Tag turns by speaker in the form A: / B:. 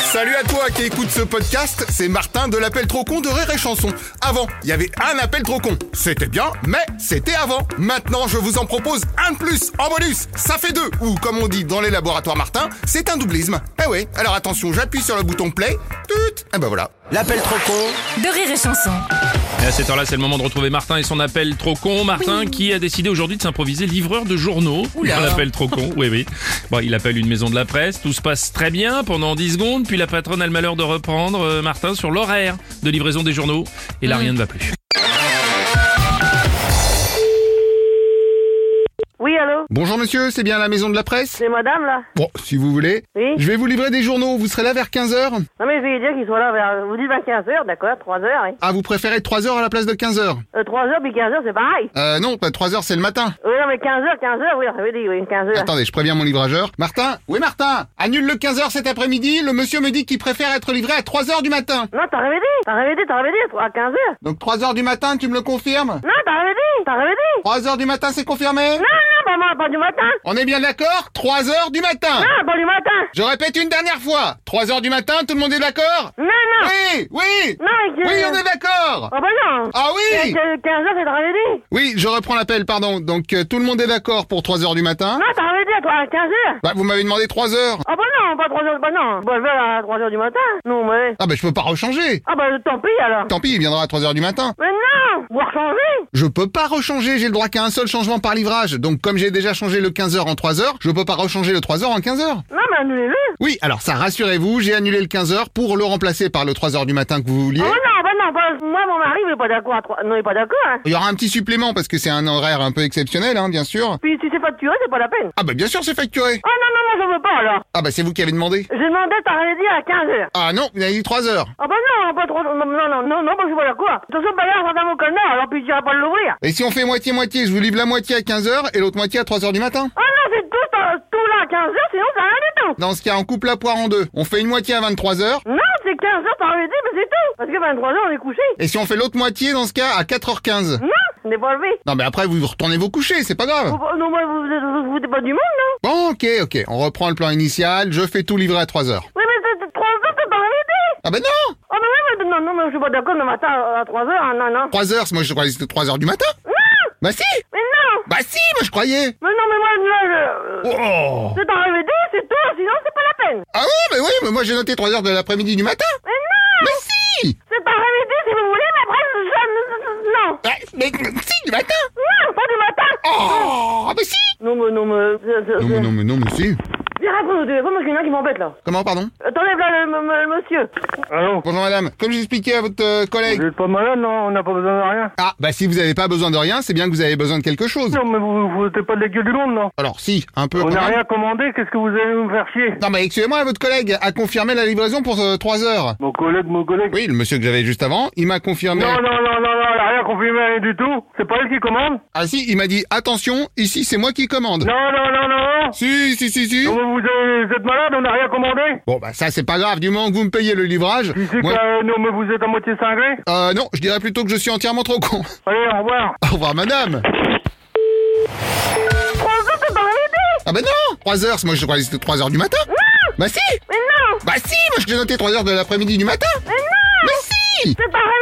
A: Salut à toi qui écoute ce podcast, c'est Martin de l'appel trop con de Rire et Chanson. Avant, il y avait un appel trop con. C'était bien, mais c'était avant. Maintenant, je vous en propose un de plus en bonus. Ça fait deux, ou comme on dit dans les laboratoires Martin, c'est un doublisme. Eh ouais, alors attention, j'appuie sur le bouton play. Tut Et ben voilà.
B: L'appel trop con
C: de rire et chanson.
D: Et à cette heure-là, c'est le moment de retrouver Martin et son appel trop con. Martin qui a décidé aujourd'hui de s'improviser livreur de journaux.
C: Oula.
D: Dans l'appel trop con, oui, oui. Bon, il appelle une maison de la presse, tout se passe très bien pendant 10 secondes, puis la patronne a le malheur de reprendre euh, Martin sur l'horaire de livraison des journaux. Et là, rien ne va plus.
E: Oui, allô
A: Bonjour monsieur, c'est bien la maison de la presse
E: C'est madame, là
A: Bon, si vous voulez.
E: Oui
A: Je vais vous livrer des journaux, vous serez là vers 15h
E: Non, mais je vais dire qu'ils sont là vers... Vous dites vers 15h, d'accord 3h, oui.
A: Ah, vous préférez 3h à la place de 15h
E: Euh, 3h puis 15h, c'est pareil.
A: Euh, non, pas 3h, c'est le matin.
E: Oui, non, mais 15h, 15h, oui, j'avais dit, oui, 15h.
A: Attendez, je préviens mon livrageur. Martin Oui, Martin Annule le 15h cet après-midi, le monsieur me dit qu'il préfère être livré à 3h du matin.
E: Non, t'as rêvé dit T'as rêvé dit, t'as rêvé dit, à 15h
A: Donc 3h du matin, tu me le confirmes
E: Non, t'as rêvé dit T'as rêvé dit
A: 3h du matin, c'est confirmé
E: Non, non, pas moi, pas du matin
A: On est bien d'accord 3h du matin
E: Non, pas du matin
A: Je répète une dernière fois 3h du matin, tout le monde est d'accord
E: Non, non
A: Oui Oui
E: Non, mais que-
A: Oui, on est d'accord
E: Oh, bah non Euh,
A: Ah oui
E: 15h, c'est t'as rêvé dit
A: Oui, je reprends l'appel, pardon. Donc euh, tout le monde est d'accord pour 3h du matin
E: Non, t'as rêvé dit à toi, à 15h
A: Bah, vous m'avez demandé 3h
E: Oh, bah non, pas 3h, bah non Bah, je vais à 3h du matin Non, mais...
A: Ah bah, je peux pas rechanger
E: Ah, bah tant pis, alors
A: Tant pis, il viendra à 3h du matin
E: Mais non Vous rechangez
A: Je peux pas rechanger, j'ai le droit qu'à un seul changement par livrage. Donc comme j'ai déjà changé le 15h en 3h, je peux pas rechanger le 3h en 15h.
E: Non, mais annulez-le
A: Oui, alors ça rassurez-vous, j'ai annulé le 15h pour le remplacer par le 3h du matin que vous vouliez.
E: Ah ouais, non, bah non, bah, moi, mon mari, il est pas d'accord. à trois- Non, il est pas d'accord, hein.
A: Il y aura un petit supplément parce que c'est un horaire un peu exceptionnel, hein, bien sûr.
E: Puis si c'est facturé, c'est pas la peine.
A: Ah bah bien sûr c'est facturé.
E: Ah non, non, moi, je veux pas, alors.
A: Ah bah c'est vous qui avez demandé.
E: J'ai demandé, t'as rien dit à 15h.
A: Ah non, vous avez dit 3h.
E: Ah bah non, pas trop... Non, non, non, non, non, bah, je suis pas d'accord. De toute façon, bah là, je rentre dans mon canard, alors puis j'irai pas l'ouvrir.
A: Et si on fait moitié-moitié, je vous livre la moitié à 15h et l'autre moitié à 3h du matin
E: Ah non, c'est tout, euh, tout là à 15h, sinon c'est rien du tout.
A: Dans ce cas, on coupe la poire en deux. On fait une moitié à 23h.
E: Non, c'est 15h, t'as rien dit, mais c'est tout. Parce que 23h, on est couché.
A: Et si on fait l'autre moitié, dans ce cas, à 4h15
E: Non, on n'est pas levé.
A: Non mais après, vous retournez vous coucher, c'est pas grave.
E: Vous- vous- Non, moi, vous vous êtes- vous vous foutez pas du monde, non
A: Bon, ok, ok, on reprend le plan initial, je fais tout livrer à 3 heures.
E: Oui, mais c'est- c'est 3h, c'est pas rien dit.
A: Ah ben non
E: Ah bah oui, mais non, non, mais je suis pas d'accord le matin à 3h, ah non, non.
A: 3 heures, c'est- moi je croyais que c'était 3 heures du matin
E: Non
A: Bah si
E: Mais non
A: Bah si, moi je croyais
E: Mais non, mais moi, là, je...
A: Oh
E: C'est un réveil, c'est tout, sinon c'est pas la peine.
A: Ah oui, mais oui, mais moi j'ai noté 3 heures de l'après-midi du matin
E: Mais non
A: Mais si
E: C'est un réveil, si vous voulez, mais après, je... Non
A: Bah, mais, mais si, du matin
E: Non, pas du matin
A: Oh Ah bah si
E: Non, mais non, mais... c'est- c'est-
A: Non mais non mais non mais si
E: Viens, raconte au téléphone, parce qu'il y en a qui m'embête, là.
A: Comment, pardon
E: Euh, T'enlèves, là, le, le- le- le monsieur.
F: Allô
A: Bonjour madame, comme j'expliquais à votre euh, collègue...
F: Vous êtes pas malade, non On n'a pas besoin de rien.
A: Ah, bah si vous avez pas besoin de rien, c'est bien que vous avez besoin de quelque chose
F: Non, mais vous vous foutez pas de la gueule du monde, non
A: Alors si, un peu...
F: On
A: quand
F: n'a
A: même.
F: rien commandé, qu'est-ce que vous allez nous faire chier
A: Non mais excusez-moi, votre collègue a confirmé la livraison pour 3 heures
F: Mon collègue, mon collègue.
A: Oui, le monsieur que j'avais juste avant, il m'a confirmé...
F: Non, non, non, non, non, elle a rien confirmé, rien du tout. C'est pas elle qui commande
A: Ah si, il m'a dit attention, ici c'est moi qui commande.
F: Non, non, non, non, non.
A: Si, si, si, si.
F: Non, mais vous, avez- vous êtes malade, on n'a rien commandé
A: Bon bah ça c'est pas grave, du moment que vous me payez le livrage.
F: Qui c'est que,
A: moi-
F: euh, non, mais vous êtes à moitié cinglé
A: Euh non, je dirais plutôt que je suis entièrement trop con.
F: Allez, au revoir.
A: Au revoir madame.
E: Trois heures, c'est un réveil
A: Ah bah non 3 heures, moi je croyais que c'était 3 heures du matin. Bah si
E: Mais non
A: Bah si, moi j'ai noté 3 heures de l'après-midi du matin.
E: Mais non
A: Mais si
E: C'est un
A: Bah,
E: réveil,